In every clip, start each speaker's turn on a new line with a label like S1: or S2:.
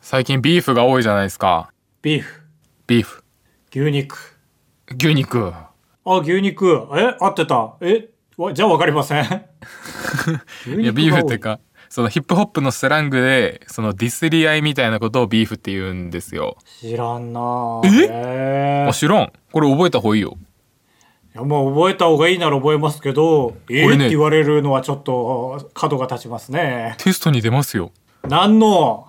S1: 最近ビーフが多いじゃないですか。
S2: ビーフ、
S1: ビーフ。
S2: 牛肉。
S1: 牛肉。
S2: あ、牛肉。え合ってた。えわじゃあわかり ません。牛
S1: いや、
S2: 肉
S1: ビーフっていう
S2: か。
S1: か、そのヒップホップのスラングで、そのディスり合いみたいなことをビーフって言うんですよ。
S2: 知らんな
S1: え
S2: え
S1: あ、知らん。これ覚えた方がいいよ。
S2: いや、まあ覚えた方がいいなら覚えますけど、え
S1: れ
S2: ー、っ
S1: ね
S2: て言われるのはちょっと角が立ちますね。
S1: テストに出ますよ。
S2: なんの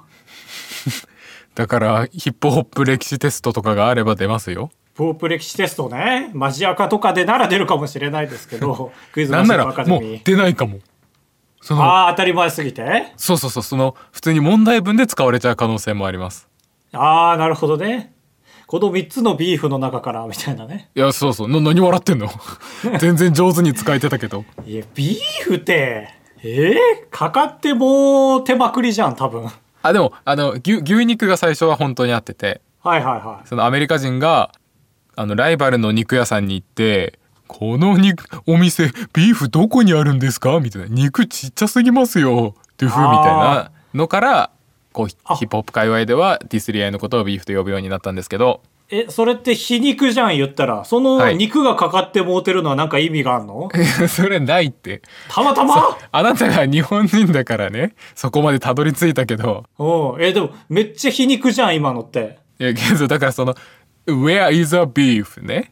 S1: だから、ヒップホップ歴史テストとかがあれば出ますよ。
S2: ポープ歴史テストね。マジアカとかでなら出るかもしれないですけ ど、クイズ
S1: な
S2: マ
S1: ん
S2: シ
S1: な
S2: ックア
S1: ら
S2: カ、デ
S1: もう
S2: ミー。
S1: 出ないかも。その、
S2: ああ、当たり前すぎて。
S1: そうそうそう、その、普通に問題文で使われちゃう可能性もあります。
S2: ああ、なるほどね。この3つのビーフの中から、みたいなね。
S1: いや、そうそう。な、何笑ってんの 全然上手に使えてたけど。
S2: いや、ビーフって、ええかかってもう手まくりじゃん、多分。はい
S1: あ、でも、あの、牛、牛肉が最初は本当に合ってて、
S2: はいは
S1: そのアメリカ人が、あの、ライバルの肉屋さんに行って、この肉、お店、ビーフどこにあるんですかみたいな。肉ちっちゃすぎますよ。ドゥフみたいなのから、こう、ヒ
S2: あ
S1: ヒップホップ界隈ではディスり合いのことをビーフと呼ぶようになったんですけど、
S2: い。え、それって皮肉じゃん、言ったら。そ
S1: は
S2: の
S1: い
S2: 肉がかかってもうてるのはなんか意味があんの、
S1: それないって。
S2: たまたま
S1: あなたが日本人だからね、そこまでたどり着いたけど、
S2: うん。え、でも、めっちゃ皮肉じゃん、今のって。
S1: いや、けど、だからその、where is a beef ね。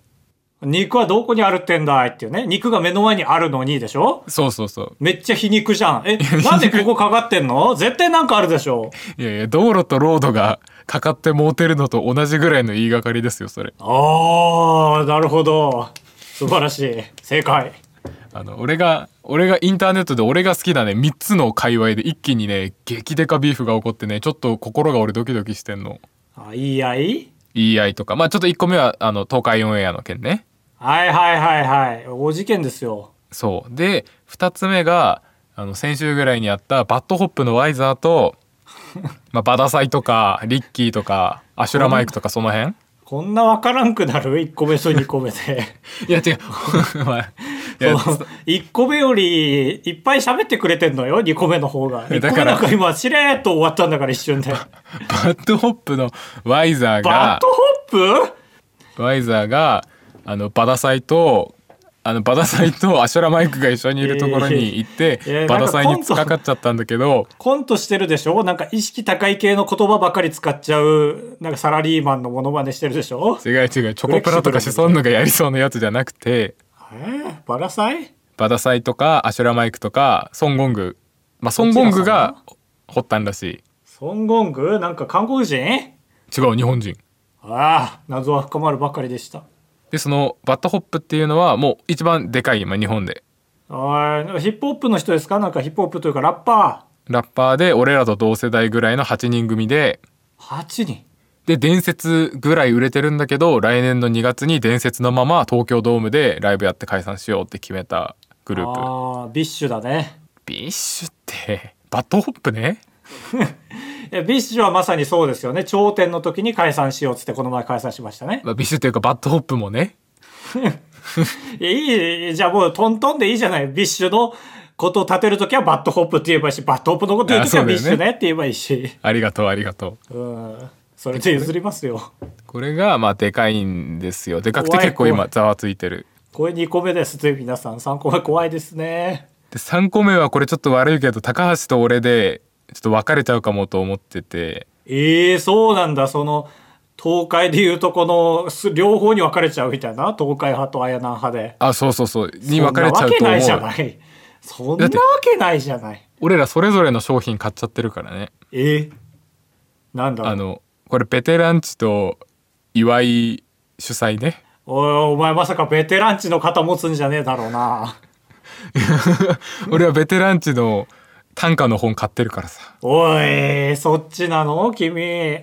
S2: 肉はどこにあるってんだいっていうね。肉が目の前にあるのにでしょ
S1: そうそうそう。
S2: めっちゃ皮肉じゃん。え、なんでここかかってんの絶対なんかあるでしょ
S1: いやいや、道路とロードがかかってもうてるのと同じぐらいの言いがかりですよ、それ。
S2: ああ、なるほど。素晴らしい。正解。
S1: あの、俺が、俺がインターネットで俺が好きなね、3つの界隈で一気にね、激デカビーフが起こってね、ちょっと心が俺ドキドキしてんの。
S2: あ、いい合い
S1: EI とか。まあちょっと1個目は、あの、東海オンエアの件ね。
S2: はいはいはいはい。お事件ですよ。
S1: そう。で、2つ目が、あの、先週ぐらいにやったバッドホップのワイザー と、まあ、バダサイとか、リッキーとか、アシュラマイクとかその辺
S2: こんなわからんくなる ?1 個目と2個目で。
S1: いや違う。 まあい や
S2: その1個目よりいっぱい喋ってくれてんのよ、2個目の方が。
S1: え
S2: 1
S1: だ
S2: 個
S1: か
S2: 目
S1: ら
S2: なんか今、しれーっと終わったんだから一瞬で。
S1: バッドホップのワイザー
S2: バッ
S1: が
S2: ドホップ
S1: ワイザーがあのバダサイとあのバダサイとアシュラマイクが一緒にいるところに行って、
S2: いやいや
S1: バダサイ
S2: なん
S1: に
S2: か
S1: 突っかかっちゃったんだけど
S2: コントしてるでしょなんか意識高い系の言葉ばかり使っちゃう、なんかサラリーマンのモノマネしてるでしょ
S1: 違う違うチョコプラとかシソンヌがやりそうなやつじゃなくて
S2: えー、バラサイ
S1: バダサイとかアシュラマイクとかソンゴングまあソンゴングが発端らし
S2: ソンゴングなんか韓国人
S1: い違う日本人
S2: ああ、謎は深まるばかりでした。
S1: でそのバッドホップっていうのはもう一番でかい今日本で
S2: あーなんかヒップホップの人ですかなんかヒップホップというかラッパ
S1: ラッパーで俺らと同世代ぐらいの8人組で
S2: ー。8人。
S1: で伝説ぐらい売れてるんだけど来年の2月に伝説のまま東京ドームでライブやって解散しようって決めたグループ
S2: ああ、ビッシュだね。
S1: ビッシュってバッドホップね
S2: いやビッシュはまさにそうですよね。頂点の時に解散しようっつってこの前解散しましたね。
S1: まあビッシュっていうかバッドホップもね
S2: いやいい、じゃあもうトントンでいいじゃない。ビッシュのことを立てるときはバッドホップって言えばいいし、バッドホップのこと言うときは
S1: あそうだ
S2: ビ
S1: よ
S2: ッ
S1: ね
S2: シュねって言えばいいし。
S1: ありがとうありがと
S2: うん。それで譲りますよ。
S1: うこれがまあでかいんですよでかくて結構
S2: 怖
S1: 今
S2: い怖い
S1: ざわついてる
S2: これ2個目です。ぜひ皆さん、3個目怖いですね。
S1: で3個目はこれちょっと悪いけど高橋と俺でちょっと別れちゃうかもと思ってて
S2: ええそうなんだ。その、東海で言うとこの、す両方に分かれちゃうみたいな。東海派と綾南派で。
S1: あそうそうそうに分かれちゃう
S2: そん
S1: と
S2: な
S1: 思
S2: わけないじゃ
S1: う
S2: ない。そん
S1: だ
S2: な
S1: っ
S2: わ
S1: て
S2: けないじゃない。
S1: 俺らそれぞれの商品買っちゃってるからね
S2: ええなんだろう
S1: あのこれベテランチと岩井主催ね
S2: おいお前まさかベテランチの肩持つんじゃねえだろうな。
S1: 俺はベテランチの短歌の本買ってるから さ
S2: おい、そっちなの君。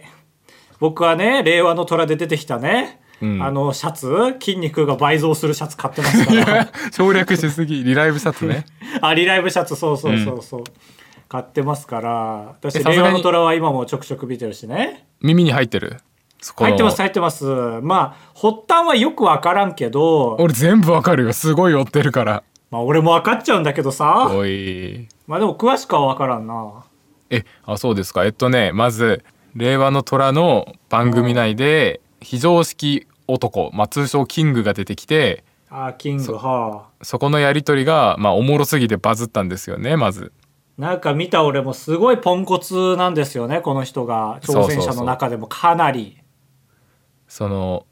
S2: 僕はね、令和の虎で出てきたね、
S1: ん
S2: あのシャツ、筋肉が倍増するシャツ買ってま すから。
S1: 省略しすぎリライブシャツ ね
S2: あ、リライブシャツ、そうそうそうそう。買ってますから。
S1: え
S2: 私、
S1: さすがに
S2: 令和の虎は今もちょくちょく見てるしね。
S1: 耳に入ってるそこの
S2: 入ってます、入ってます。まあ、発端はよくわからんけど、
S1: 俺全部わかるよすごい寄ってるから
S2: まあ、俺もわかっちゃうんだけどさ。
S1: おい
S2: まあ、でも詳しくはわからんな。
S1: えあそうですかえっとねまず令和の虎の番組内で非常識男、まあ、通称キングが出てきて
S2: あーキングはあ
S1: そこのやり取りが、まあ、おもろすぎてバズったんですよねまず
S2: なんか見た俺もすごいポンコツなんですよねこの人が挑戦者の中でもかなり
S1: その、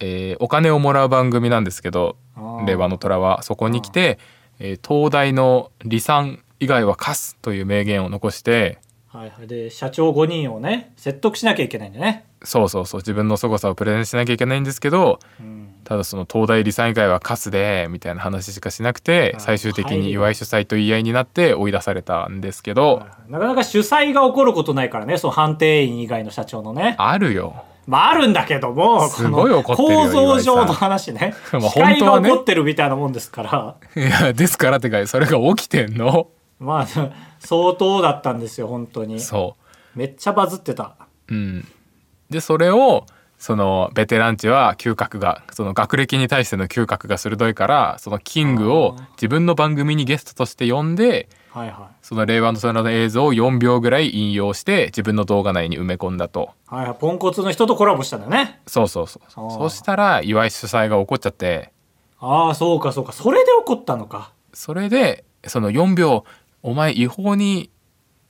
S1: えーお金をもらう番組なんですけど
S2: あ
S1: 「
S2: ー
S1: 令和の虎」はそこに来て、えー東大の離散以外は貸すという名言を残して
S2: はいはいで社長5人をね説得しなきゃいけないんだね、
S1: そうそうそう自分の凄さをプレゼンしなきゃいけないんですけど
S2: うん、
S1: ただその東大理産以外はカスでみたいな話しかしなくて
S2: あー
S1: 最終的
S2: 入
S1: に
S2: る
S1: 岩井主催と言い合いになって追い出されたんですけど
S2: なかなか主催が起こることないからねその判定員以外の社長のね
S1: あるよ
S2: まああるんだけども
S1: すごい怒ってるよ
S2: この構造上の話ね
S1: 岩井さん まあ
S2: 司会
S1: 本当は
S2: が
S1: ね
S2: 起こってるみたいなもんです から
S1: いやですからってかそれが起きてんの
S2: まあ相当だったんですよ本当に
S1: そ
S2: めっちゃバズってた
S1: ううんでそれをそのベテランチは嗅覚がその学歴に対しての嗅覚が鋭いからそのキングを自分の番組にゲストとして呼んで
S2: はいは
S1: その令和の空の映像を4秒ぐらい引用して自分の動画内に埋め込んだと
S2: いはいはいポンコツの人とコラボしたんだよね
S1: そうそうそう
S2: あー
S1: そしたら岩井主催が怒っちゃって
S2: ああそうかそうかそれで怒ったのか
S1: それでその4秒お前違法に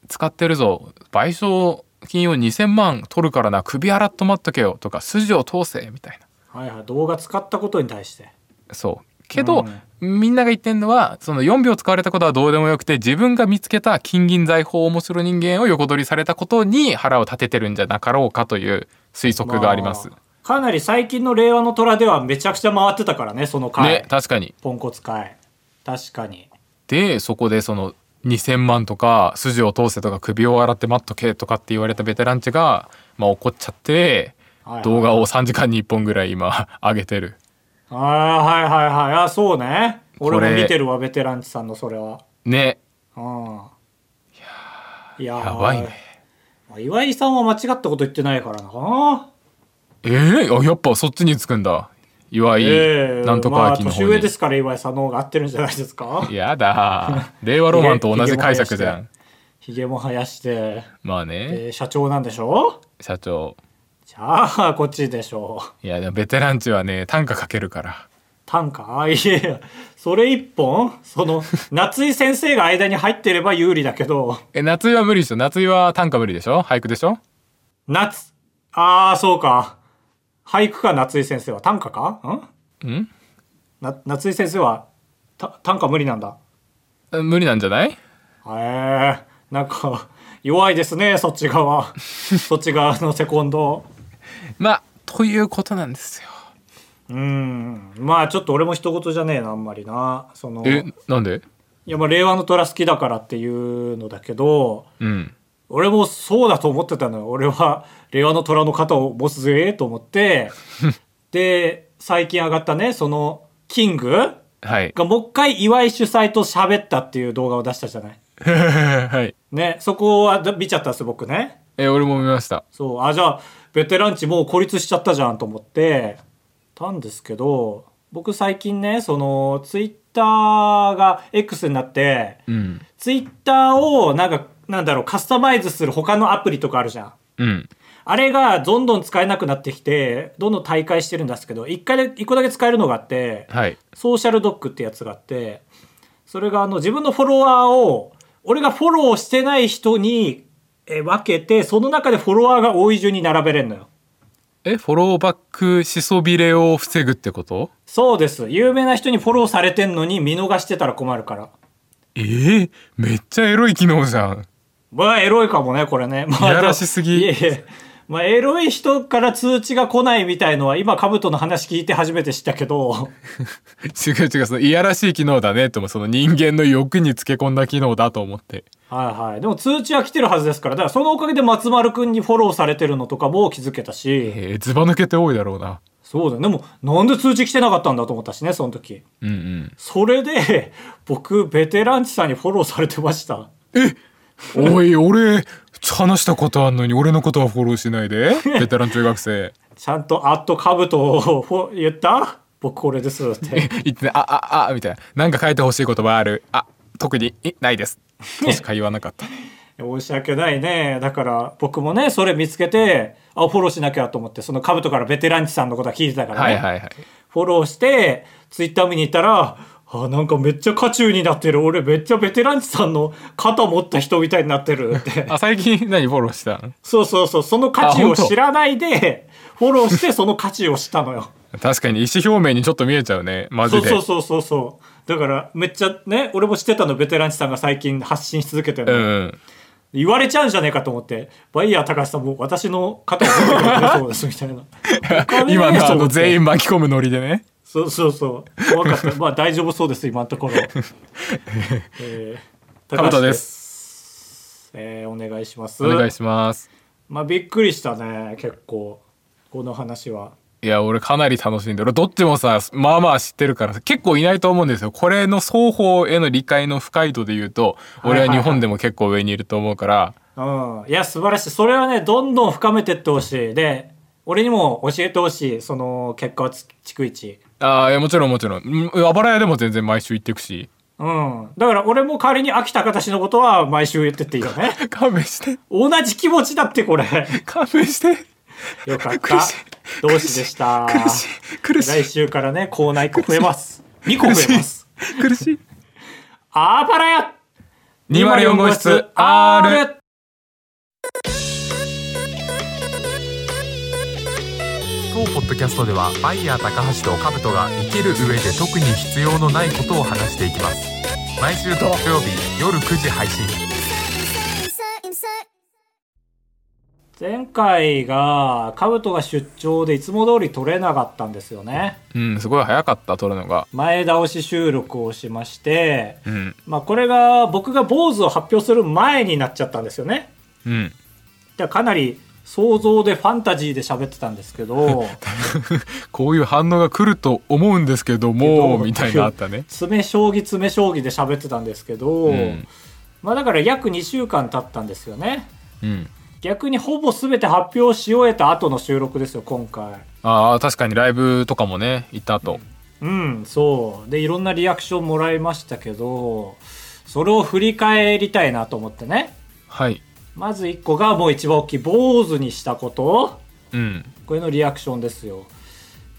S1: 使ってるぞ賠償金を2,000万取るからな首洗っと待っとけよとか筋を通せみたい
S2: はいはい動画使ったことに対して
S1: なそうけど、みんなが言ってんのはその4秒使われたことはどうでもよくて自分が見つけた金銀財宝面白人間を横取りされたことに腹を立ててるんじゃなかろうかという推測があります。
S2: あかなり最近の令和の虎ではめちゃくちゃ回ってたからねその回、
S1: ね確かに
S2: ポンコツ回確かに
S1: でそこでその2,000万とか筋を通せとか首を洗って待っとけとかって言われたベテランチが、まあ、怒っちゃって
S2: はいはい
S1: 動画を3時間に1本ぐらい今 上げてる
S2: ああはいはいはいあそうね
S1: これ
S2: 俺も見てるわベテランチさんのそれは
S1: ね
S2: うんいやー
S1: やばいね
S2: 岩井さんは間違ったこと言ってないからな
S1: えー、あやっぱそっちにつくんだ岩井、
S2: ええ
S1: なんとか秋の
S2: まあ、
S1: 方に、
S2: 年上ですから岩井さんの方が合ってるんじゃないですか
S1: やだー令和ロマンと同じ解釈じゃん
S2: ひげも生やして、
S1: まあね
S2: で社長なんでしょ
S1: 社長
S2: じゃあこっちでしょう
S1: いやでもベテランチはね短歌かけるから
S2: 短歌あいえいえそれ一本その夏井先生が間に入ってれば有利だけど
S1: え夏井は無理でしょ夏井は短歌無理でしょ俳句でしょ
S2: 夏ああそうか俳句か夏井先生は短歌か
S1: ん
S2: んな夏井先生はた短歌無理なんだ
S1: え無理なんじゃない
S2: へえなんか弱いですねそっち側そっち側のセコンド
S1: まあということなんですよ
S2: うんまあちょっと俺も人事じゃねえなあんまりなその
S1: え
S2: い
S1: なんで
S2: やまあ令和の虎好きだからっていうのだけど
S1: うん
S2: 俺もそうだと思ってたのよ俺は令和の虎の肩を持つぜと思ってで最近上がったねそのキング
S1: はい
S2: がもう一回岩井主催と喋ったっていう動画を出したじゃない
S1: はい
S2: ねそこはだ見ちゃったんです僕ね
S1: え俺も見ました
S2: そうあじゃあベテランチもう孤立しちゃったじゃんと思ってたんですけど僕最近ねそのツイッターが X になって
S1: うん
S2: ツイッターをなんかなんだろうカスタマイズする他のアプリとかあるじゃん
S1: うん
S2: あれがどんどん使えなくなってきて、どんどん大会してるんですけど、一回で、一個だけ使えるのがあって、
S1: はい
S2: ソーシャルドックってやつがあって、それがあの自分のフォロワーを、俺がフォローしてない人にえ分けて、その中でフォロワーが多い順に並べれるのよ。
S1: えフォローバックしそびれを防ぐってこと
S2: そうです。有名な人にフォローされてんのに見逃してたら困るから。
S1: えー、めっちゃエロい機能じゃん
S2: まあ、エロいかもね、これね。まあ、
S1: いやらしすぎ
S2: いえいえ。まあ、エロい人から通知が来ないみたいのは、今、カブトの話聞いて初めて知った けど、
S1: 違う違うそのいやらしい機能だねともその人間の欲につけ込んだ機能だと思って
S2: はいはい。でも通知は来てるはずですから、だからそのおかげで松丸くんにフォローされてるのとかも気づけたし、
S1: えー、ずば抜けて多いだろうな
S2: そうだよ。でも、なんで通知来てなかったんだと思ったしね、その時。
S1: うんうん
S2: それで、僕、ベテランチさんにフォローされてました。
S1: おい俺話したことあんのに俺のことはフォローしないで ベテラン中学生
S2: ちゃんと、アットカブトをフォ言った僕これですって。
S1: 言ってねあああみたいななんか書いてほしい言葉あるあ特にいないですとしか言わなかった
S2: 申し訳ないね。だから僕もね、それ見つけて、あ、フォローしなきゃと思って、そのカブトからベテランチさんのことは聞いてたから
S1: は
S2: ね。
S1: いはいはい
S2: フォローして、ツイッター見に行ったら、あ、なんかめっちゃ渦中になってる。俺めっちゃベテランチさんの肩持った人みたいになってるって。
S1: あ最近何フォローしたの
S2: そうそうそう、その価値
S1: あ
S2: を
S1: 本当
S2: 知らないで、フォローしてその価値を知ったのよ。
S1: 確かに意思表明にちょっと見えちゃうねマジ
S2: そ
S1: で
S2: うそうそうそうそう。だからめっちゃね、俺も知ってたの、ベテランチさんが最近発信し続けてる
S1: う
S2: の。
S1: ん
S2: 言われちゃうんじゃねえかと思って、バイヤー高橋さんも私の肩を持ってく れてそうです、みたいな。
S1: うん、今のあの全
S2: 員。
S1: 員巻き込むノリでね
S2: そうそうそう。怖かった。まあ大丈夫そうです、今の ところ。えー。
S1: カブトです
S2: えーお願いします。
S1: お願いします
S2: まあびっくりしたね、結構。この話は。
S1: いや俺かなり楽しんでるどっちもさまあまあ知ってるからさ結構いないと思うんですよこれの双方への理解の深い度で言うと俺は日本でも結構上にいると思うから、
S2: うん、いや素晴らしいそれはねどんどん深めてってほしいで俺にも教えてほしいその結果はつ逐一
S1: ああいやもちろんもちろんうんあばら屋でも全然毎週行ってくし
S2: うんだから俺も代わりに秋田方氏のことは毎週言ってっていいよね
S1: 勘弁して
S2: 同じ気持ちだってこ れ
S1: 勘弁して
S2: よかっ
S1: 苦
S2: た
S1: しい
S2: 同志でした
S1: 苦しい苦し
S2: 来
S1: い
S2: 週からねコーナー1個増えます2個
S1: 苦
S2: 増
S1: しい
S2: えます
S1: 苦しい
S2: あばらや
S1: 204号室 R 当ポッドキャストではバイヤー高橋とカブトが生きる上で特に必要のないことを話していきます毎週土曜日夜9時配信
S3: insert, insert.
S2: 前回がカブトが出張でいつも通り取れなかったんですよね
S1: うんすごい早かった撮るのが
S2: 前倒し収録をしまして、
S1: うん
S2: まあ、これが僕が坊主を発表する前になっちゃったんですよね。
S1: うん
S2: だからかなり想像でファンタジーで喋ってたんですけ ど
S1: こういう反応が来ると思うんですけどもみたいなあったね
S2: 詰将棋詰将棋で喋ってたんですけど、
S1: うん
S2: まあ、だから約2週間経ったんですよね
S1: うん
S2: 逆にほぼ全て発表し終えた後の収録ですよ今回
S1: ああ確かにライブとかもね行った後
S2: うんそうでいろんなリアクションもらいましたけどそれを振り返りたいなと思ってね
S1: はい
S2: まず1個がもう一番大きい坊主にしたこと
S1: うん
S2: これのリアクションですよ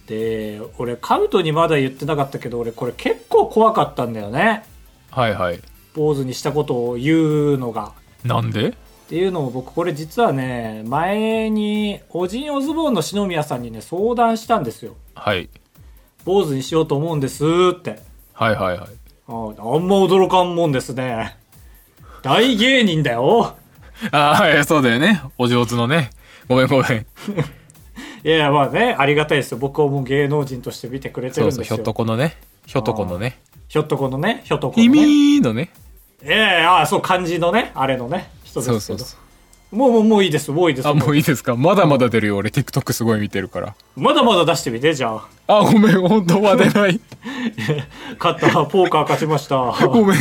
S2: で俺カブトにまだ言ってなかったけど俺これ結構怖かったんだよね
S1: はいはい
S2: 坊主にしたことを言うのが
S1: なんで
S2: っていうのも僕これ実はね前におじんおズボンの篠宮さんにね相談したんですよ
S1: はい
S2: 坊主にしようと思うんですって
S1: はいはいはい
S2: ああんま驚かんもんですね大芸人だよ
S1: ああはいそうだよねお上手のねごめんごめん
S2: いやいやまあねありがたいですよ僕をもう芸能人として見てくれて
S1: そ
S2: る
S1: う
S2: んです
S1: そう
S2: よ
S1: ひょっとこのねひょっとこのね
S2: ひょっとこのねひょっとこの
S1: 意
S2: ね
S1: 味のね
S2: ええああそう漢字のねあれのね人ですけ
S1: そ
S2: ど
S1: うそうそう
S2: もうもうもういいですもういいです
S1: あもういいですかまだまだ出るよ俺 TikTok すごい見てるから
S2: まだまだ出してみてじゃあ
S1: あごめん本当は出ない
S2: 勝ったポーカー勝ちました
S1: ごめん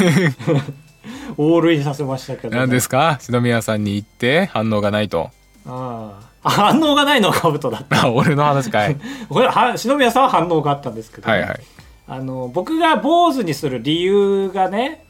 S2: オールインさせましたけど、
S1: 何ですか篠宮さんに言って反応がないと
S2: ああ反応がないのはカブトだった
S1: あ俺の話かい
S2: これは篠宮さんは反応があったんですけど、
S1: はいはい
S2: あの僕が坊主にする理由がね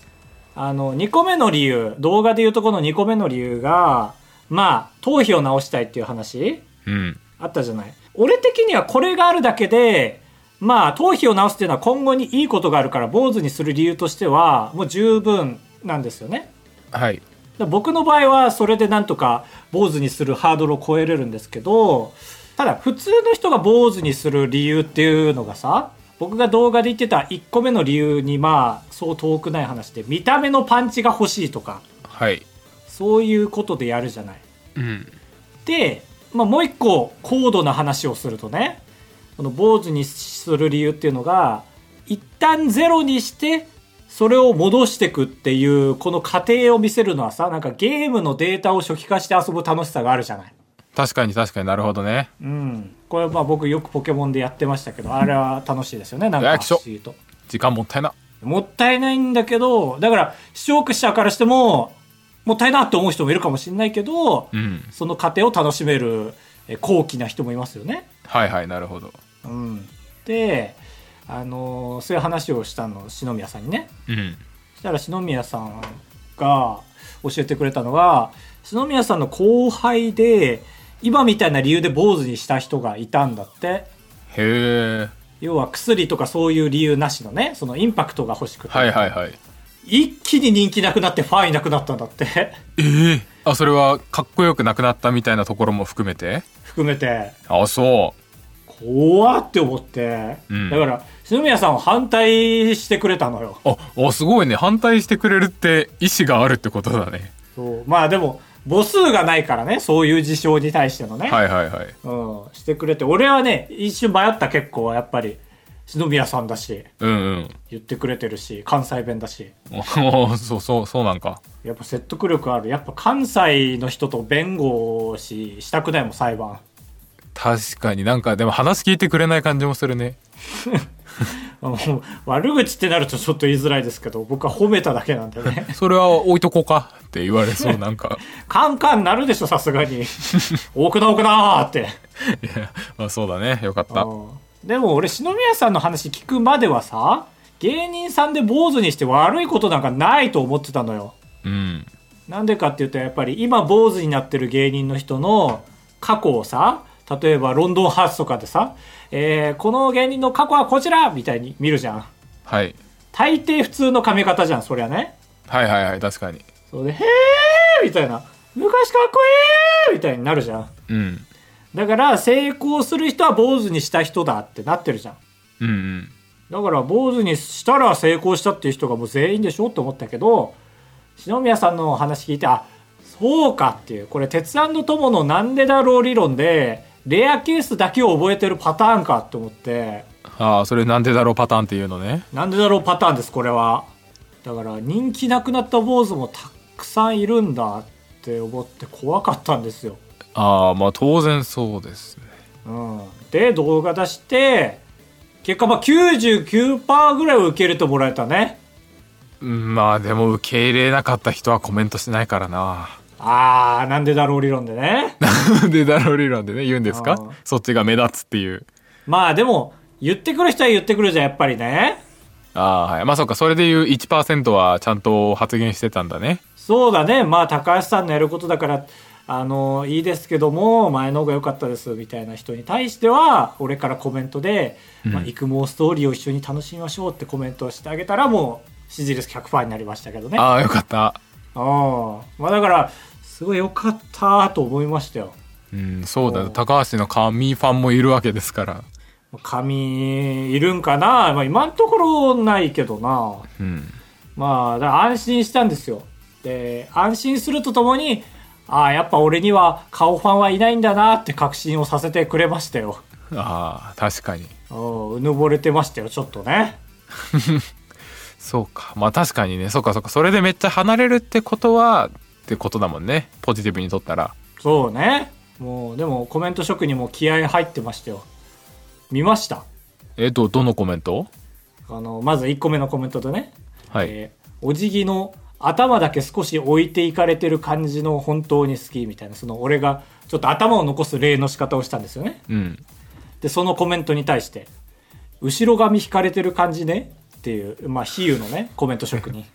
S2: あの2個目の理由動画でいうとこの2個目の理由がまあ頭皮を直したいっていう話
S1: うん
S2: あったじゃない俺的にはこれがあるだけでまあ頭皮を治すっていうのは今後にいいことがあるから坊主にする理由としてはもう十分なんですよね
S1: はい
S2: だから僕の場合はそれでなんとか坊主にするハードルを超えれるんですけどただ普通の人が坊主にする理由っていうのがさ僕が動画で言ってた1個目の理由にまあそう遠くない話で見た目のパンチが欲しいとか
S1: はい
S2: そういうことでやるじゃない
S1: うん
S2: で、まあ、もう一個高度な話をするとねこの坊主にする理由っていうのが一旦ゼロにしてそれを戻していくっていうこの過程を見せるのはさなんかゲームのデータを初期化して遊ぶ楽しさがあるじゃない。
S1: 確かに確かになるほどね
S2: うん、これまあ僕よくポケモンでやってましたけどあれは楽しいですよねなん
S1: よ
S2: か
S1: いしょ
S2: 走ると
S1: 時間もったいな
S2: もったいないんだけどだから視聴者からしてももったいなって思う人もいるかもしれないけど、
S1: うん
S2: その過程を楽しめるえ高貴な人もいますよね。
S1: はいはいなるほど
S2: うん、で、あのーそういう話をしたの篠宮さんにね
S1: うん
S2: そしたら篠宮さんが教えてくれたのが篠宮さんの後輩で今みたいな理由で坊主にした人がいたんだって
S1: へえ
S2: 要は薬とかそういう理由なしのねそのインパクトが欲しくて、
S1: はいはいはい
S2: 一気に人気なくなってファンいなくなったんだって
S1: えー、あそれはかっこよくなくなったみたいなところも含めて
S2: 含めて
S1: あそ
S2: 怖って思って、
S1: うん
S2: だから篠宮さんを反対してくれたのよ
S1: うああすごいね反対してくれるって意思があるってことだね
S2: そうまあでも母数がないからねそういう事象に対してのね、
S1: はいはいはい
S2: うん、してくれて俺はね一瞬迷った結構やっぱり篠宮さんだし
S1: うんうん
S2: 言ってくれてるし関西弁だし
S1: おそうそうそうなんか
S2: やっぱ説得力あるやっぱ関西の人と弁護ししたくないもん裁判、
S1: 確かになんかでも話聞いてくれない感じもするね
S2: うん悪口ってなるとちょっと言いづらいですけど僕は褒めただけなんだ よね
S1: それは置いとこうかって言われそうなん か
S2: カンカンなるでしょさすがに多くな多くなーって
S1: いやまあそうだねよかった
S2: うんでも俺篠宮さんの話聞くまではさ芸人さんで坊主にして悪いことなんかないと思ってたのよ
S1: うん
S2: なんでかっていうとやっぱり今坊主になってる芸人の人の過去をさ例えばロンドンハーツとかでさ、えーこの芸人の過去はこちらみたいに見るじゃん
S1: はい
S2: 大抵普通の髪型じゃんそりゃね
S1: はいはいはい確かに
S2: そうで「へーみたいな「昔かっこいい!」みたいになるじゃん
S1: うん
S2: だから成功する人は坊主にした人だってなってるじゃん
S1: うんうん
S2: だから坊主にしたら成功したっていう人がもう全員でしょって思ったけど篠宮さんのお話聞いてあそうかっていうこれ「鉄腕の友のなんでだろう」理論でレアケースだけを覚えてるパターンかって思って
S1: ああそれなんでだろうパターンっていうのね
S2: なんでだろうパターンですこれはだから人気なくなった坊主もたくさんいるんだって思って怖かったんですよ
S1: ああまあ当然そうですね
S2: うん、で動画出して結果まあ99%ぐらいは受け入れてもらえたね
S1: うんまあでも受け入れなかった人はコメントしないからな
S2: あーなんでだろう理論でね
S1: なんでだろう理論でね言うんです
S2: あ
S1: か
S2: ー
S1: そっちが目立つっていう
S2: まあでも言ってくる人は言ってくるじゃんやっぱりね
S1: ああーはいまあそうかそれでいう1%はちゃんと発言してたんだね
S2: そうだねまあ高橋さんのやることだからあのいいですけども前の方が良かったですみたいな人に対しては俺からコメントで「まあ、育毛ストーリーを一緒に楽しみましょう」ってコメントをしてあげたらもう支持率100%になりましたけどね
S1: ああよかった
S2: ああまあだからすごい良かったと思いましたよ
S1: うんそうだ
S2: おー
S1: 高橋の神ファンもいるわけですから
S2: 紙いるんかな、まあ、今のところないけどな
S1: うん
S2: まあだから安心したんですよで安心するとともにああやっぱ俺には顔ファンはいないんだなって確信をさせてくれましたよ
S1: ああ確かに
S2: うんうぬぼれてましたよちょっとね
S1: そうかまあ確かにねそうかそうかそれでめっちゃ離れるってことはってことだもんねポジティブにとったら
S2: そうねもうでもコメント職にも気合入ってましたよ見ました
S1: えっとどのコメント
S2: あのまず1個目のコメントでね
S1: はい、
S2: えーお辞儀の頭だけ少し置いていかれてる感じの本当に好きみたいなその俺がちょっと頭を残す例の仕方をしたんですよね
S1: うん
S2: でそのコメントに対して「後ろ髪引かれてる感じね」っていうまあ比喩のねコメント 職人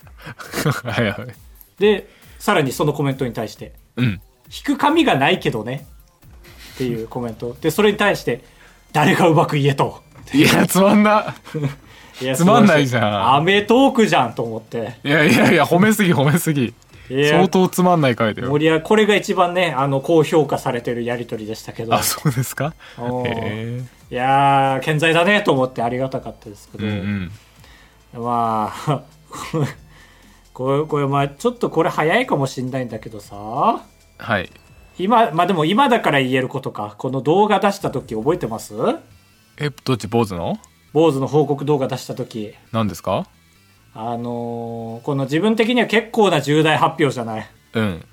S1: はいはい
S2: でさらにそのコメントに対して
S1: うん
S2: 「引く髪がないけどね」っていうコメントでそれに対して「誰がうまく言えと」
S1: いやつまんない
S2: や
S1: つまんないじゃん
S2: 素晴らしいアメトークじゃんと思って
S1: いやいやいや褒めすぎ褒めすぎ
S2: いや
S1: 相当つまんない回だよ
S2: 盛り上がこれが一番ねあの高評価されてるやり取りでしたけど
S1: あそうですか
S2: おー
S1: へえ
S2: いやー健在だねと思ってありがたかったですけ
S1: う
S2: ど、
S1: んうん
S2: まあ これこれまあちょっとこれ早いかもしんないんだけどさ
S1: はい
S2: 今まあでも今だから言えることかこの動画出した時覚えてます
S1: えどっち坊主の
S2: 坊主の報告動画出した時
S1: 何ですか
S2: あのーこの自分的には結構な重大発表じゃない
S1: うん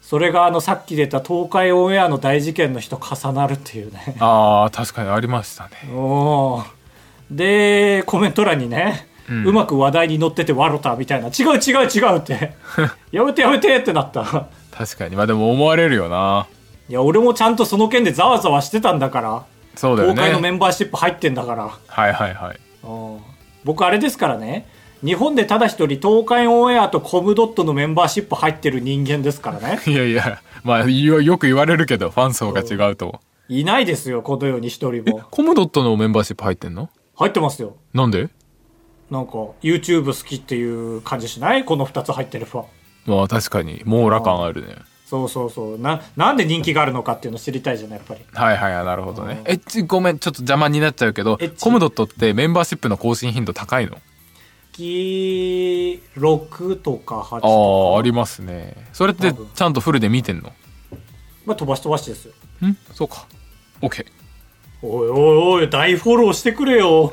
S2: それがあのさっき出た東海オンエアの大事件の日と重なるっていうね
S1: あー確かにありましたね
S2: おーでコメント欄にね、うんまく話題に乗ってて笑ったみたいな違う違う違うって やめてやめてってなった
S1: 確かにまあでも思われるよない
S2: や俺もちゃんとその件でざわざわしてたんだから
S1: そうだよ
S2: 東海のメ
S1: ね
S2: ンバーシップ入ってんだから
S1: はいはいはい
S2: うん僕あれですからね日本でただ一人東海オンエアとコムドットのメンバーシップ入ってる人間ですからね
S1: いやいやまあよよく言われるけどファン層が違うと
S2: いないですよこの世に一人も
S1: コムドットのメンバーシップ入ってんの
S2: 入ってますよ
S1: なんで
S2: なんか YouTube 好きっていう感じしないこの2つ入ってれば
S1: まあ確かに網羅感あるね
S2: そうそうそうななんで人気があるのかっていうの知りたいじゃないやっぱり
S1: はいはいはいなるほどねえちごめんちょっと邪魔になっちゃうけど
S2: えち
S1: コムドットってメンバーシップの更新頻度高いの
S2: 月6とか8
S1: あ
S2: と
S1: あありますねそれってちゃんとフルで見てんの
S2: か、まあ、飛ばし飛ばしですよ
S1: んそうか OK
S2: おいおいおい大フォローしてくれよ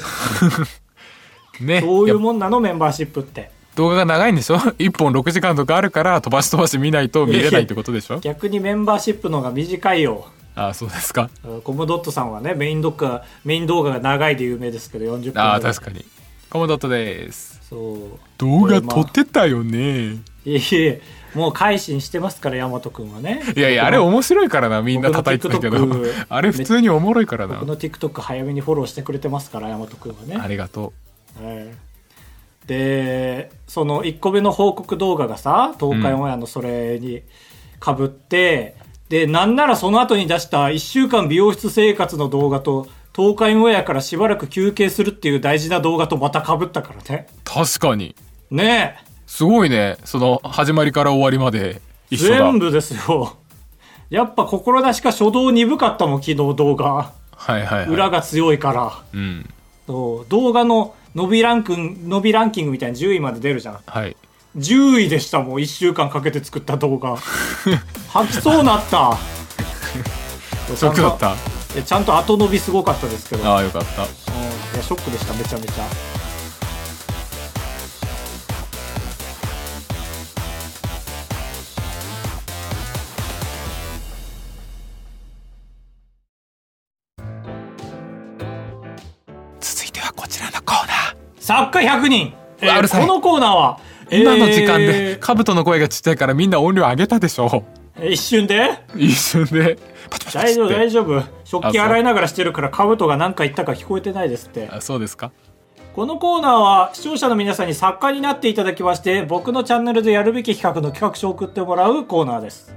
S1: ね
S2: そうい
S1: や
S2: う
S1: っぱ
S2: もんなのメンバーシップって
S1: 動画が長いんでしょ 1本6時間とかあるから飛ばし飛ばし見ないと見れないってことでしょ
S2: 逆にメンバーシップの方が短いよ
S1: ああそうですか
S2: うんコムドットさんはねメインどっかメイン動画が長いで有名ですけど40分ぐらい
S1: ああ確かにコムドットです
S2: そう
S1: 動画
S2: 画撮
S1: 撮
S2: っ
S1: ってたよね、
S2: いえいえもう改心してますから大和くんはね
S1: いやいやあれ面白いからなみんな
S2: 僕の
S1: 叩いてたけど
S2: TikTok
S1: あれ普通におもろいからな
S2: 僕の TikTok 早めにフォローしてくれてますから大和くんはね
S1: ありがと
S2: はいでその1個目の報告動画がさ東海オンエアのそれにかぶって、でなんならその後に出した1週間美容室生活の動画と東海オンエアからしばらく休憩するっていう大事な動画とまたかぶったからね
S1: う確かに
S2: ね
S1: すごいねその始まりから終わりまで
S2: え
S1: 一緒だ
S2: 全部ですよやっぱ心なしか初動鈍かったもん昨日動画
S1: はいはい、はい、
S2: 裏が強いから、
S1: うん
S2: そう動画の伸びランクン伸びランキングみたいに10位まで出るじゃん
S1: はい
S2: 10位でしたもう1週間かけて作った 動画吐きそうなった
S1: ショックだった
S2: いやちゃんと後伸びすごかったですけど、うんい
S1: ああよかった
S2: やショックでしためちゃめちゃ
S1: 続いてはこちらのコーナー
S2: 作家100人、えー
S1: うるさい
S2: このコーナーは
S1: 今の時間で
S2: えー
S1: カブトの声がちっちゃいからみんな音量上げたでしょ
S2: えー一 瞬で
S1: 一瞬でパチパチパチっ
S2: 大丈夫大
S1: て
S2: 丈夫食器洗いながらしてるからカブトが何か言ったか聞こえてないですって
S1: あそうですか
S2: このコーナーは視聴者の皆さんに作家になっていただきまして僕のチャンネルでやるべき企画の企画書を送ってもらうコーナーです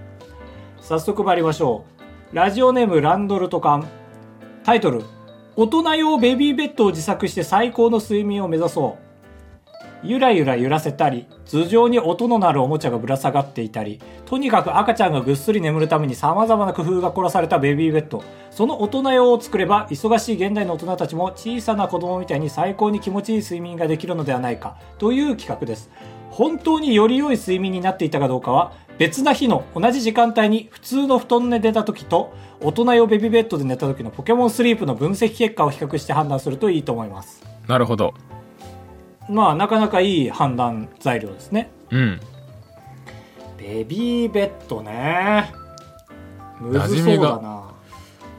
S2: 早速参りましょうラジオネームランドルトカンタイトル大人用ベビーベッドを自作して最高の睡眠を目指そうゆらゆら揺らせたり頭上に音の鳴るおもちゃがぶら下がっていたりとにかく赤ちゃんがぐっすり眠るためにさまざまな工夫が凝らされたベビーベッドその大人用を作れば忙しい現代の大人たちも小さな子供みたいに最高に気持ちいい睡眠ができるのではないかという企画です本当により良い睡眠になっていたかどうかは別な日の同じ時間帯に普通の布団で寝た時と大人用ベビーベッドで寝た時のポケモンスリープの分析結果を比較して判断するといいと思います
S1: なるほど
S2: まあなかなかいい判断材料ですね
S1: うん
S2: ベビーベッドねむず
S1: 馴
S2: そ
S1: 染
S2: う
S1: みが
S2: だな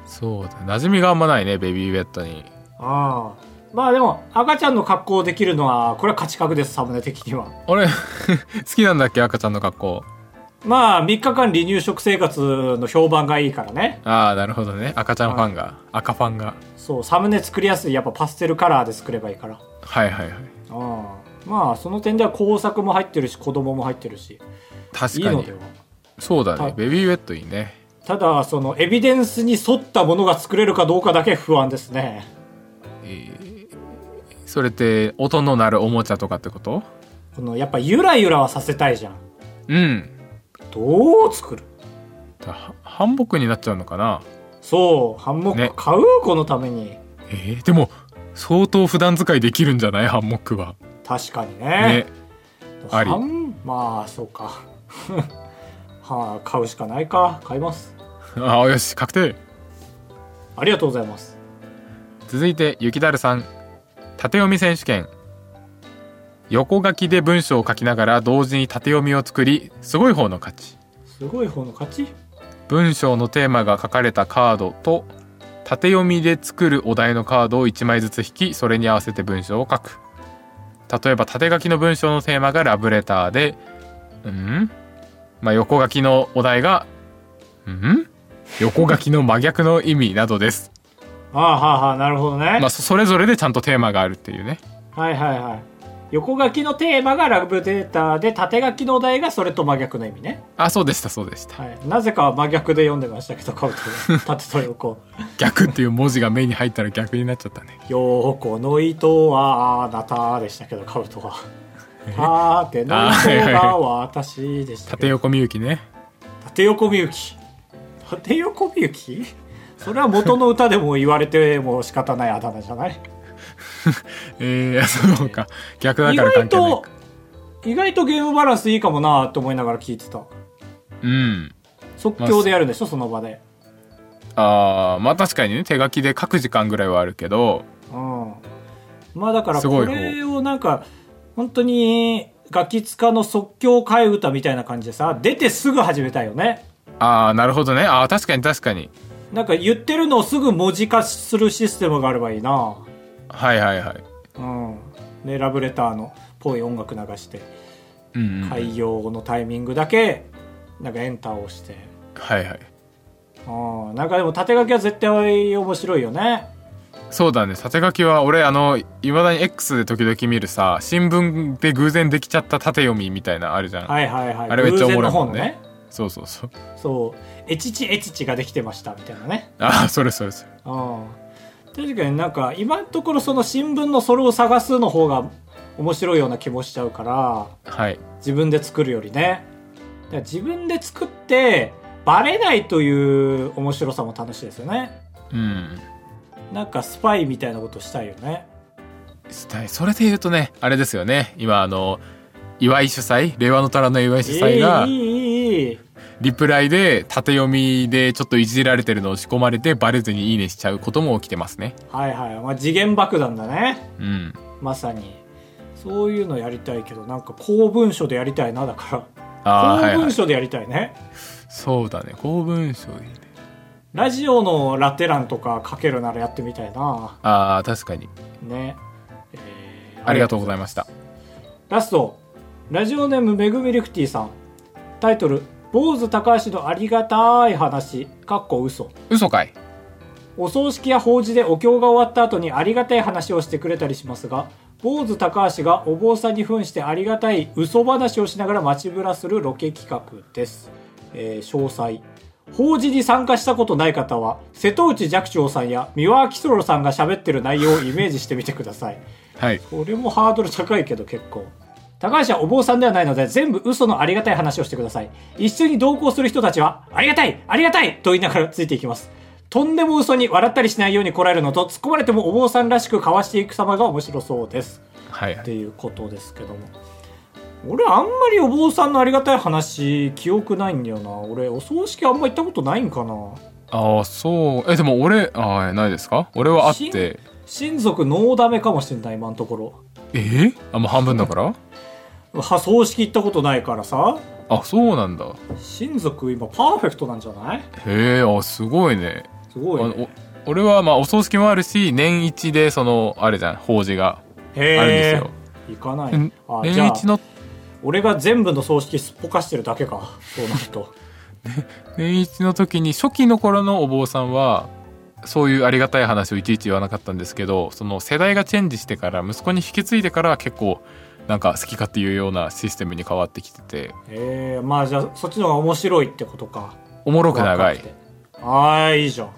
S1: そうだ馴染みがあんまないねベビーベッドに
S2: ああまあでも赤ちゃんの格好できるのはこれは価値格ですサムネ的には
S1: あれ 好きなんだっけ赤ちゃんの格好
S2: まあ3日間離乳食生活の評判がいいからね
S1: ああなるほどね赤ちゃんファンが赤ファンが
S2: そうサムネ作りやすいやっぱパステルカラーで作ればいいから
S1: はいはいはい
S2: ああまあその点では工作も入ってるし子供も入ってるしい
S1: 確
S2: い
S1: か
S2: の
S1: に
S2: では
S1: そうだ
S2: はい
S1: ねベビーベッドいいね
S2: ただそのエビデンスに沿ったものが作れるかどうかだけ不安ですね
S1: それって音の鳴るおもちゃとかってこと
S2: このやっぱゆらゆらはさせたいじゃん
S1: うん
S2: どう作る
S1: だハハンモックになっちゃうのかな
S2: そうハンモッ
S1: ね
S2: ク買う、このために
S1: えーでも相当普段使いできるんじゃないハンモックは
S2: 確かにね
S1: ねあり
S2: ハンまあそうか はあ買うしかないか買います
S1: ああよし確定
S2: ありがとうございます
S1: 続いて雪だるさん縦読み選手権横書きで文章を書きながら同時に縦読みを作りすごい方の勝ち
S2: すごい方の勝ち
S1: 文章のテーマが書かれたカードと縦読みで作るお題のカードを1枚ずつ引きそれに合わせて文章を書く例えば縦書きの文章のテーマがラブレターでうんまあ横書きのお題がうん横書きの真逆の意味などです
S2: ああはあはあなるほどね、
S1: まあそそれぞれでちゃんとテーマがあるっていうね
S2: はいはいはい横書きのテーマがラブデータで縦書きのお題がそれと真逆の意味ね、
S1: あそうでしたそうでした
S2: はい、なぜか真逆で読んでましたけどカブト が縦と横
S1: 逆っていう文字が目に入ったら逆になっちゃったね
S2: よーこの糸はあなたでしたけどカブトはあーての糸が私でしたけ
S1: 縦
S2: ど
S1: 横みゆきね
S2: 縦横みゆき縦横みゆきそれは元の歌でも言われても仕方ないあだ名じゃない
S1: えー、そうか逆だ
S2: 意
S1: から
S2: 外
S1: 関係ない
S2: と意外とゲームバランスいいかもなと思いながら聞いてた
S1: うん
S2: 即興でやるんでしょその場で
S1: あーまあ確かにね手書きで書く時間ぐらいはあるけど
S2: うんまあだから
S1: すご
S2: こ
S1: い
S2: れをなんか本当にガキ使の即興替え歌みたいな感じでさ出てすぐ始めたいよね
S1: ああなるほどねああ確かに確かに
S2: なんか言ってるのをすぐ文字化するシステムがあればいいな
S1: はいはいはい
S2: うんでラブレターのっぽい音楽流して
S1: うん、うん、
S2: 開業のタイミングだけなんかエンターを押して
S1: はいはい
S2: うんなんかでも縦書きは絶対面白いよね
S1: そうだね縦書きは俺あのいまだに X で時々見るさ新聞で偶然できちゃった縦読みみたいなのあるじゃん、
S2: はいはいはい
S1: あれめっちゃおもろいもん
S2: 偶然の方のね
S1: ねそうそうそう
S2: そうエチチエチチができてましたみたいなね
S1: ああそれそれそれ
S2: うん確かになんか今のところその新聞のそれを探すの方が面白いような気もしちゃうから
S1: はい
S2: 自分で作るよりねだから自分で作ってバレないという面白さも楽しいですよね
S1: うん
S2: なんかスパイみたいなことしたいよね
S1: したいそれで言うとねあれですよね今あの岩井主催令和の虎の岩井主催が
S2: いいいいいい
S1: リプライで縦読みでちょっといじられてるのを仕込まれてバレずにいいねしちゃうことも起きてますね
S2: はいはい、まあ、次元爆弾だね
S1: うん
S2: まさにそういうのやりたいけどなんか公文書でやりたいなだか
S1: ああは
S2: ら
S1: い
S2: 公
S1: は
S2: 文
S1: い
S2: 書でやりたいね、
S1: そうだね公文書いいね
S2: ラジオのラテ欄とか書けるならやってみたいな
S1: ああ確かに
S2: ね、えー
S1: ありがとうございました
S2: ラストラジオネームめぐみリフティさんタイトル「坊主高橋のありがたい話」かっこ嘘
S1: 嘘かい
S2: お葬式や法事でお経が終わった後にありがたい話をしてくれたりしますが坊主高橋がお坊さんに扮してありがたい嘘話をしながら街ぶらするロケ企画です、えー詳細法事に参加したことない方は瀬戸内寂聴さんや三輪明宏さんが喋ってる内容をイメージしてみてください
S1: はい
S2: これもハードル高いけど結構高橋はお坊さんではないので全部嘘のありがたい話をしてください一緒に同行する人たちはありがたいありがたいと言いながらついていきますとんでも嘘に笑ったりしないようにこらえるのと突っ込まれてもお坊さんらしくかわしていく様が面白そうです
S1: はいは
S2: って
S1: い
S2: いうことですけども俺あんまりお坊さんのありがたい話記憶ないんだよな俺お葬式あんま行ったことないんかな
S1: ああそうえでも俺ああないですか俺はあって
S2: 親族ノーダメかもしれない今のところ
S1: えー、あもう半分だ から
S2: は葬式行ったことないからさ
S1: あそうなんだ
S2: 親族今パーフェクトなんじゃない
S1: へえあすごいね
S2: すごい、
S1: あの
S2: ね、
S1: お俺はまあお葬式もあるし年一でそのあれじゃん法事が
S2: へ
S1: あ
S2: ー
S1: るんですよ、
S2: 行かない
S1: うん
S2: あじゃ
S1: 年
S2: あ
S1: 一の
S2: 俺が全部の葬式すっぽかしてるだけかそうなると
S1: 年一の時に初期の頃のお坊さんはそういうありがたい話をいちいち言わなかったんですけどその世代がチェンジしてから息子に引き継いでから結構なんか好き勝手言うようなシステムに変わってきてて
S2: えー、まあじゃあそっちの方が面白いってことか
S1: おもろく長い
S2: 若くてあーいいじゃん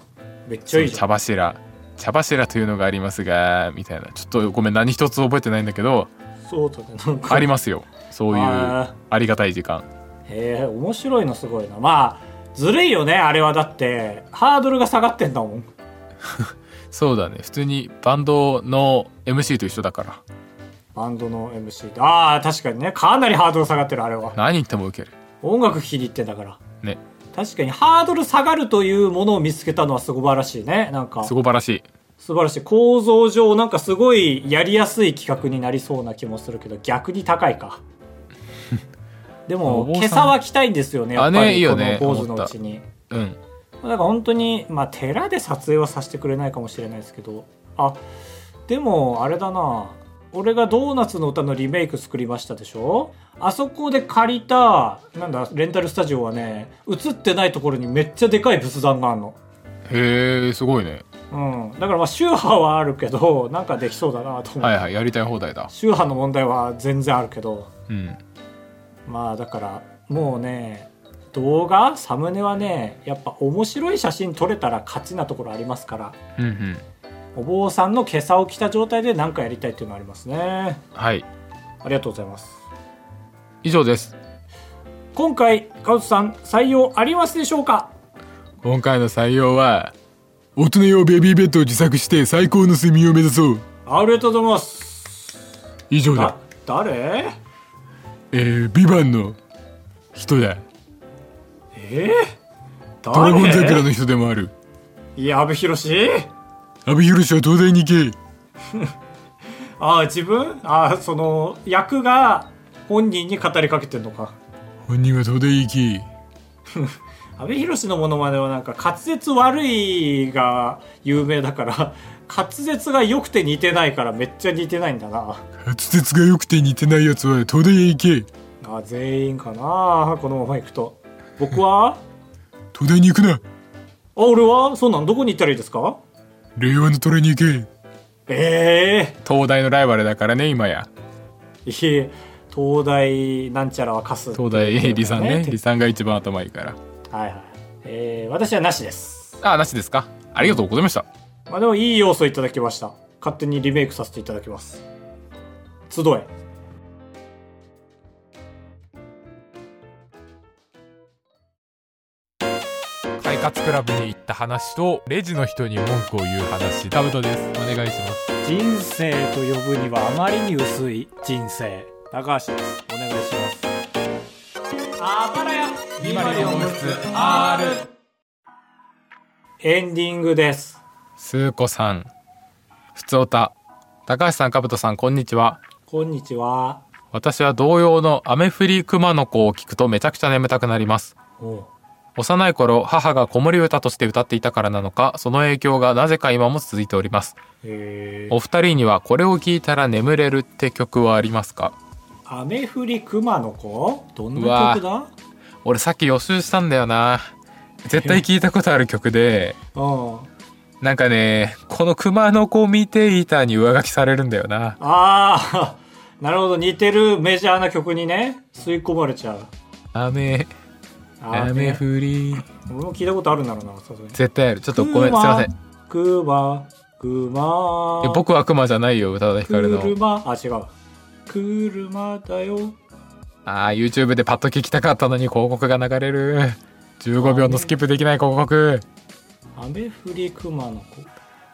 S2: めっちゃいいじゃ
S1: 茶
S2: ん
S1: 柱茶柱というのがありますがみたいなちょっとごめん何一つ覚えてないんだけど
S2: そうだねなんか
S1: ありますよそういう
S2: あ
S1: ありがたい時間
S2: へえ面白いのすごいなまあずるいよねあれはだってハードルが下がってんだもん
S1: そうだね普通にバンドの MC と一緒だから
S2: バンドの MC でああ確かにねかなりハードル下がってるあれは
S1: 何言っても受ける
S2: 音楽聴きに行ってんだから
S1: ね
S2: 確かにハードル下がるというものを見つけたのはすごばらしいねなんか
S1: すごばらしい
S2: 素晴らしい構造上なんかすごいやりやすい企画になりそうな気もするけど逆に高 いかで
S1: お
S2: も
S1: 坊さん
S2: 今朝は来たいんですよねやっぱ
S1: あねいい
S2: りこ
S1: よね
S2: の坊主のうちに、
S1: うん
S2: だから本当にまあ寺で撮影はさせてくれないかもしれないですけどあでもあれだな俺がドーナツの歌のリメイク作りましたでしょあそこで借りたなんだレンタルスタジオはね映ってないところにめっちゃでかい仏壇があるの
S1: へえすごいね
S2: うん、だからまあ宗派はあるけどなんかできそうだなと思う、
S1: はいはいやりたい放題だ
S2: 宗派の問題は全然あるけど
S1: うん
S2: まあだからもうね動画サムネはねやっぱ面白い写真撮れたら勝ちなところありますから
S1: うんうん
S2: お坊さんの袈裟を着た状態で何かやりたいっていうのはありますね
S1: はい
S2: ありがとうございます
S1: 以上です
S2: 今回カウトさん採用ありますでしょうか
S1: 今回の採用は大人用ベビーベッドを自作して最高の睡眠を目指そう
S2: ありがとうございます
S1: 以上だ
S2: だ誰
S1: えー、ビバンの人だ
S2: えー、誰
S1: ドラゴン桜の人でもある
S2: いや阿部寛
S1: 阿部寛は東大に行け
S2: ああ自分ああその役が本人に語りかけてんのか
S1: 本人は東大行き
S2: 阿部寛のものまではなんか滑舌悪いが有名だから滑舌が良くて似てないからめっちゃ似てないんだな
S1: 滑舌が良くて似てないやつは東大へ行け
S2: あ全員かなこのままいくと僕は
S1: 東大に行くな
S2: あ俺はそうなんどこに行ったらいいですか
S1: 令和の虎に行け
S2: え
S1: 東大のライバルだからね今や
S2: えいえ東大なんちゃらは貸す
S1: 東大李さんね
S2: て
S1: 李さんが一番頭いいから
S2: はいはい、えー、私はなしです
S1: あなしですかありがとうございました
S2: まあでもいい要素いただきました勝手にリメイクさせていただきます集え
S1: 快活クラブに行った話とレジの人に文句を言う話タブトですお願いします
S2: 人生と呼ぶにはあまりに薄い人生高橋ですお願いしますあばらやエンディングです
S1: スー子さんふつおた高橋さんかぶとさんこんにちは
S2: こんにちは
S1: 私は同様の雨降り熊の子を聞くとめちゃくちゃ眠たくなります
S2: お
S1: 幼い頃母が子守歌として歌っていたからなのかその影響がなぜか今も続いております
S2: え
S1: お二人にはこれを聞いたら眠れるって曲はありますか
S2: 雨降り熊の子どんな曲だ
S1: 俺さっき予習したんだよな絶対聞いたことある曲で
S2: うん
S1: なんかねこの熊の子を見ていたに上書きされるんだよな
S2: ああ なるほど似てるメジャーな曲にね吸い込まれちゃう
S1: 雨
S2: あー
S1: 雨
S2: ね
S1: 降り
S2: 俺も聞いたことあるんだろうなさすがに
S1: 絶対あるちょっとごめんすいませんい
S2: クマクマ
S1: や僕は熊じゃないよ宇多田ヒカルの
S2: 車あ違う車だよ
S1: あー YouTube でパッと聞きたかったのに広告が流れる15秒のスキップできない広告
S2: 雨降り熊の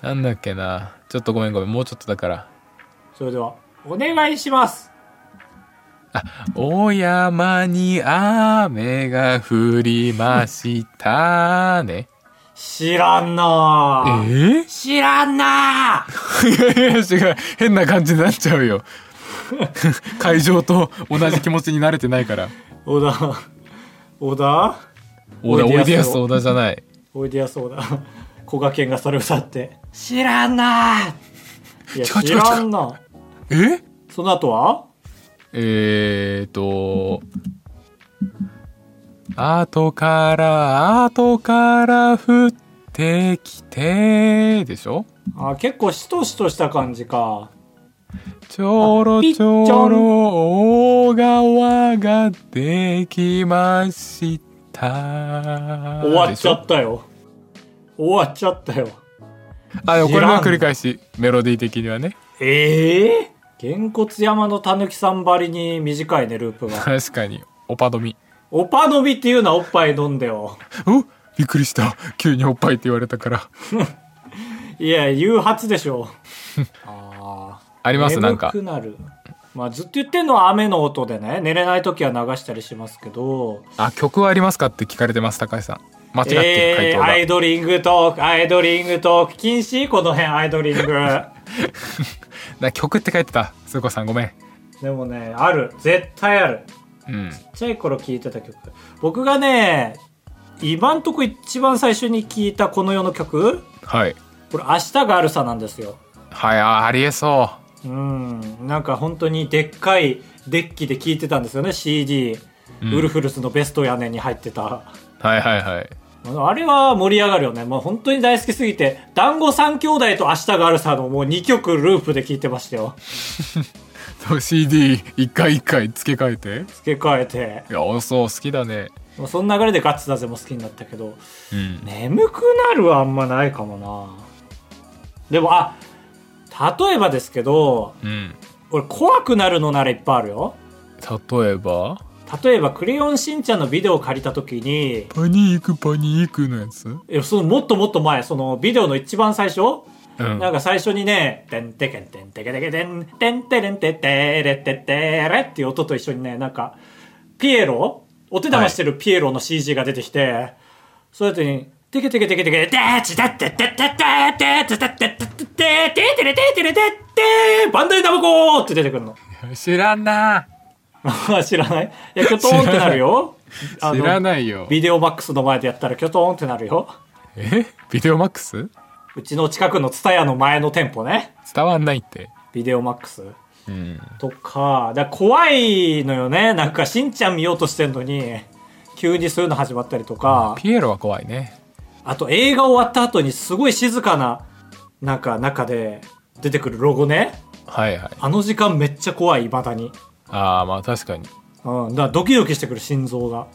S2: 子
S1: なんだっけなちょっとごめんごめんもうちょっとだから
S2: それではお願いします
S1: お山に雨が降りましたね。
S2: 知らんなあ
S1: え
S2: 知らんなあ
S1: いやいや違う。変な感じになっちゃ うよ。会場と同じ気持ちに慣れてないから。
S2: 小田小田
S1: 小田、
S2: お
S1: おい
S2: いで
S1: で
S2: や
S1: や
S2: す
S1: す小田じゃない。
S2: おいでやそうだ こがけんがそれ歌って知らんなあいや
S1: ちょ
S2: 知
S1: ちょ
S2: らんな
S1: え
S2: その後は
S1: えーと、後から、後から降ってきて、でしょ
S2: あ結構しとしとした感じか
S1: ちょろちょろ大川ができました。
S2: 終わっちゃったよ終わっちゃったよ
S1: た。あ、でもこれの繰り返し、メロディー的にはね。
S2: ええげんこつ山のたぬきさんばりに短いね、ルー プが。
S1: 確かに、オパドミ。
S2: おぱのびっていうのはおっぱい飲んでよ。
S1: おびっくりした。急におっぱいって言われたから。
S2: いや、誘発でしょ。ああ。
S1: ありますなんか
S2: 眠。くなる。まあ、ずっと言ってんのは雨の音でね、寝れない時は流したりしますけど、
S1: あ、曲はありますかって聞かれてます、高橋さん。間違ってる回
S2: え
S1: 答
S2: ー、
S1: が。
S2: アイドリングトーク、アイドリングトーク禁止この辺アイドリ ング。
S1: な曲って書いてた。すこさんごめん。
S2: でもね、ある。絶対ある。
S1: うん。
S2: ちっちゃい頃聴いてた曲僕がね今んとこ一番最初に聴いたこの世の曲
S1: はい。
S2: これ「明日があるさ」なんですよ
S1: はい、あありえそ
S2: うんなんか本当にでっかいデッキで聴いてたんですよね CD、
S1: うん
S2: ウルフルスのベスト屋根に入ってた
S1: う。はいはいはい。
S2: あれは盛り上がるよね。もう本当に大好きすぎて、団子三兄弟と明日があるさのもう2曲ループで聴いてましたよ。
S1: CD 一回一回付け替えて
S2: 付け替えて。
S1: いやあそう好きだね
S2: もうその流れでガッツだぜも好きになったけど、
S1: うん
S2: 眠くなるはあんまないかもな。でも、あ、例えばですけど、
S1: うん
S2: 俺怖くなるのならいっぱいあるよ。
S1: 例えば
S2: 例えば、クレヨンしんちゃんのビデオを借りた時に、
S1: パニークパニークのやつう
S2: えそのもっともっと前、そのビデオの一番最初
S1: ん
S2: なんか最初にね、てんてけんてんてけてけてん、てんてれんててれててれっていう音と一緒にね、なんか、ピエロお手玉してるピエロの CG が出てきて、そうやってに、てけてけてけてけ、でーちだってってってってってってってってっててててれててれてってバンダイナムコーって出てくるの。
S1: 知らんな
S2: 知らないいや、キョトーンってなるよ。
S1: 知らないよ
S2: ビデオマックスの前でやったらキョトーンってなるよ。
S1: えビデオマックス
S2: うちの近くのツタヤの前の店舗ね。
S1: 伝わんないって
S2: ビデオマックス。
S1: うん
S2: とか、だから怖いのよね。なんか、しんちゃん見ようとしてんのに、急にそういうの始まったりとか、
S1: ピエロは怖いね
S2: あと映画終わった後にすごい静かな、なんか中で出てくるロゴね。
S1: はいはい
S2: あの時間めっちゃ怖い、未だに。
S1: ああまあ確かに
S2: うん、だからドキドキしてくる心臓が。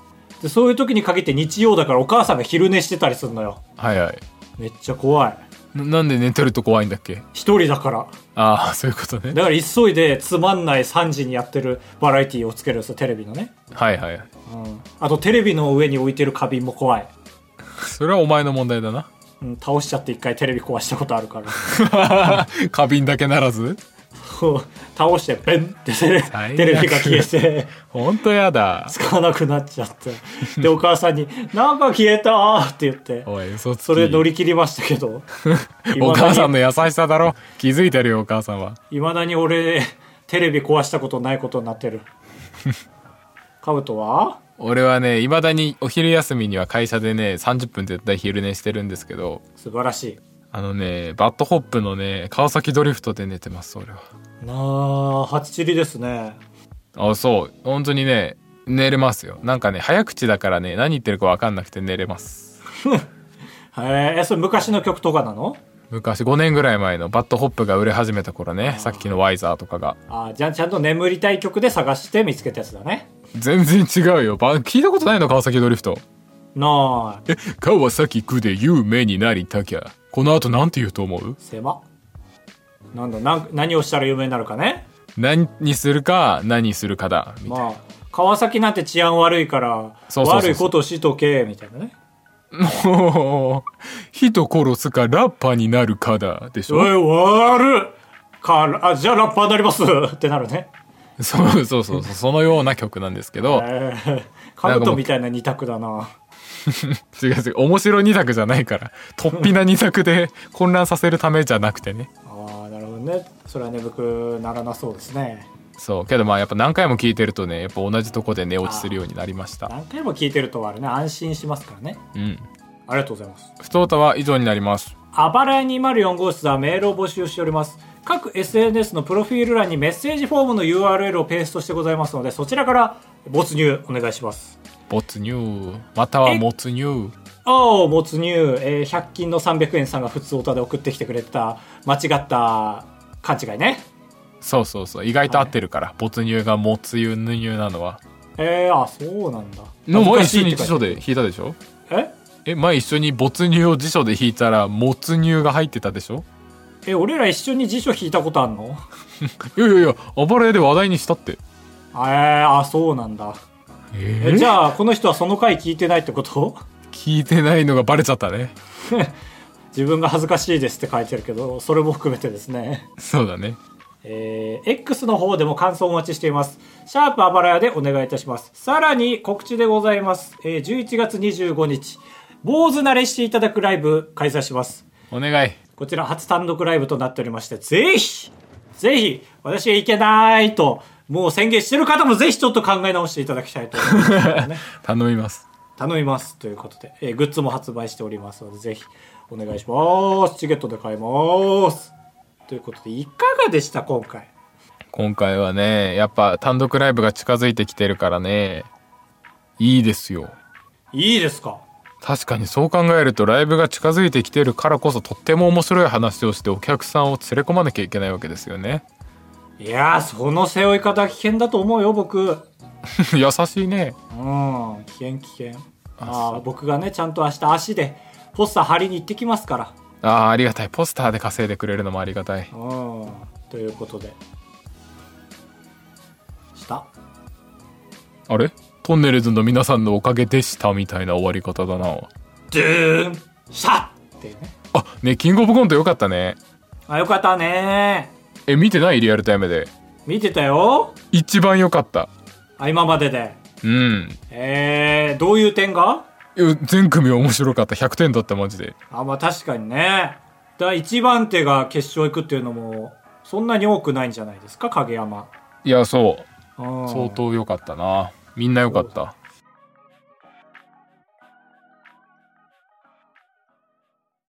S2: で、そういう時に限って日曜だからお母さんが昼寝してたりするのよ。
S1: はいはい
S2: めっちゃ怖い。
S1: ななんで寝てると怖いんだっけ
S2: 一人だから。
S1: ああそういうことね
S2: だから急いでつまんない3時にやってるバラエティをつけるんですよ、テレビのね。
S1: はいはいはい
S2: うん。あとテレビの上に置いてる花瓶も怖い。
S1: それはお前の問題だな
S2: うん、倒しちゃって一回テレビ壊したことあるから
S1: 花瓶だけならず
S2: そう倒してベンってテレ
S1: 最悪
S2: テレビが消えて
S1: ほんとやだ
S2: 使わなくなっちゃってでお母さんに「なんか消えた!」って言って
S1: おい嘘つき
S2: それ乗り切りました けど
S1: お母さんの
S2: い
S1: 優しさだろ気づいてるよお母さんは
S2: まだに俺テレビ壊したことないことになってるカブトは
S1: 俺はねいまだにお昼休みには会社でね30分絶対昼寝してるんですけど
S2: 素晴らし
S1: あのねバッドホップのね川崎ドリフトで寝てます俺はい
S2: なあ初チリですね
S1: あそう本当にね寝れますよなんかね早口だからね何言ってるか分かんなくて寝れます
S2: へえそれ昔の曲とかなの
S1: 昔5年ぐらい前のバッドホップが売れ始めた頃ねさっきのワイザーとかが
S2: あじゃあちゃんと眠りたい曲で探して見つけたやつだね
S1: 全然違うよば聞いたことないの川崎ドリフト
S2: なあ
S1: え川崎区で有名になりたきゃこの後なんて言うと思う
S2: 狭っなんだなん何をしたら有名になるかね
S1: 何にするか何するかだみたいな、
S2: まあ川崎なんて治安悪いから
S1: そうそうそうそう
S2: 悪いことをしとけみたいなね
S1: もう 人殺すかラッパになるかだでし
S2: お
S1: ょ
S2: い悪いからあじゃあラッパーになります ってなるね
S1: そうそうそうそうそのような曲なんですけど
S2: え ー、カブトみたいな二択だな
S1: 違う違う面白2択じゃないから突飛な2択で混乱させるためじゃなくてね
S2: あーなるほどねそれは眠くならなそうですね
S1: そうけどまあやっぱ何回も聞いてるとねやっぱ同じとこで寝落ちするようになりました
S2: 何回も聞いてるとあれね安心しますからね
S1: うん
S2: ありがとうございます
S1: 不登太は以上になります
S2: あばらや204号室ではメールを募集しております。各 SNS のプロフィール欄にメッセージフォームの URL をペーストしてございますので、そちらから没入お願いします。
S1: 没入または没入
S2: おお、没入、えー100均の300円さんが普通オタで送ってきてくれた、間違った勘違いね。
S1: そうそうそう意外と合ってるから、没入が没入入なのは
S2: えー、あ、そうなんだ。
S1: の前
S2: 難
S1: 一
S2: し
S1: 緒
S2: い
S1: に
S2: って
S1: 辞
S2: 書
S1: 書
S2: いて
S1: で引いたでしょ
S2: え
S1: え前一緒に没入を辞書で引いたら没入が入ってたでしょ
S2: え、俺ら一緒に辞書引いたことあんの
S1: いやいやいや暴れで話題にしたって
S2: えー、あ、そうなんだ。
S1: え
S2: え、じゃあ、この人はその回聞いてないってこと
S1: 聞いてないのがバレちゃったね
S2: 自分が恥ずかしいですって書いてるけど、それも含めてですね。
S1: そうだね
S2: えー X の方でも感想をお待ちしています。シャープあばらやでお願いいたします。さらに告知でございます。えー11月25日、坊主慣れしていただくライブ開催します。
S1: お願い
S2: こちら初単独ライブとなっておりまして、ぜひ、ぜひ、私はいけないと、もう宣言してる方もぜひちょっと考え直していただきたいと思いますけどね。
S1: 頼みます
S2: 頼みますということで、えーグッズも発売しておりますのでぜひお願いしますチケットで買いますということでいかがでした今回
S1: 今回はねやっぱ単独ライブが近づいてきてるからねいいですよ
S2: いいですか
S1: 確かにそう考えるとライブが近づいてきてるからこそとっても面白い話をしてお客さんを連れ込まなきゃいけないわけですよね
S2: いやーその背負い方危険だと思うよ僕うん
S1: 優しいね
S2: 危険危険ああ僕がねちゃんと明日足でポスター貼りに行ってきますから
S1: あーありがたいポスターで稼いでくれるのもありがたい
S2: うんということでした
S1: あれトンネルズの皆さんのおかげでしたみたいな終わり方だな
S2: ドゥーンしたっていうね
S1: あねキングオブコントよかったね
S2: あよかったね
S1: え見てないリアルタイムで
S2: 見てたよ
S1: 一番良かった
S2: あ今までで
S1: うん
S2: えー、どういう点が
S1: いや全組面白かった100点だったマジで
S2: あまあ確かにねだから1番手が決勝行くっていうのもそんなに多くないんじゃないですか影山
S1: いやそう
S2: 相
S1: 相当良かったなみんな良かった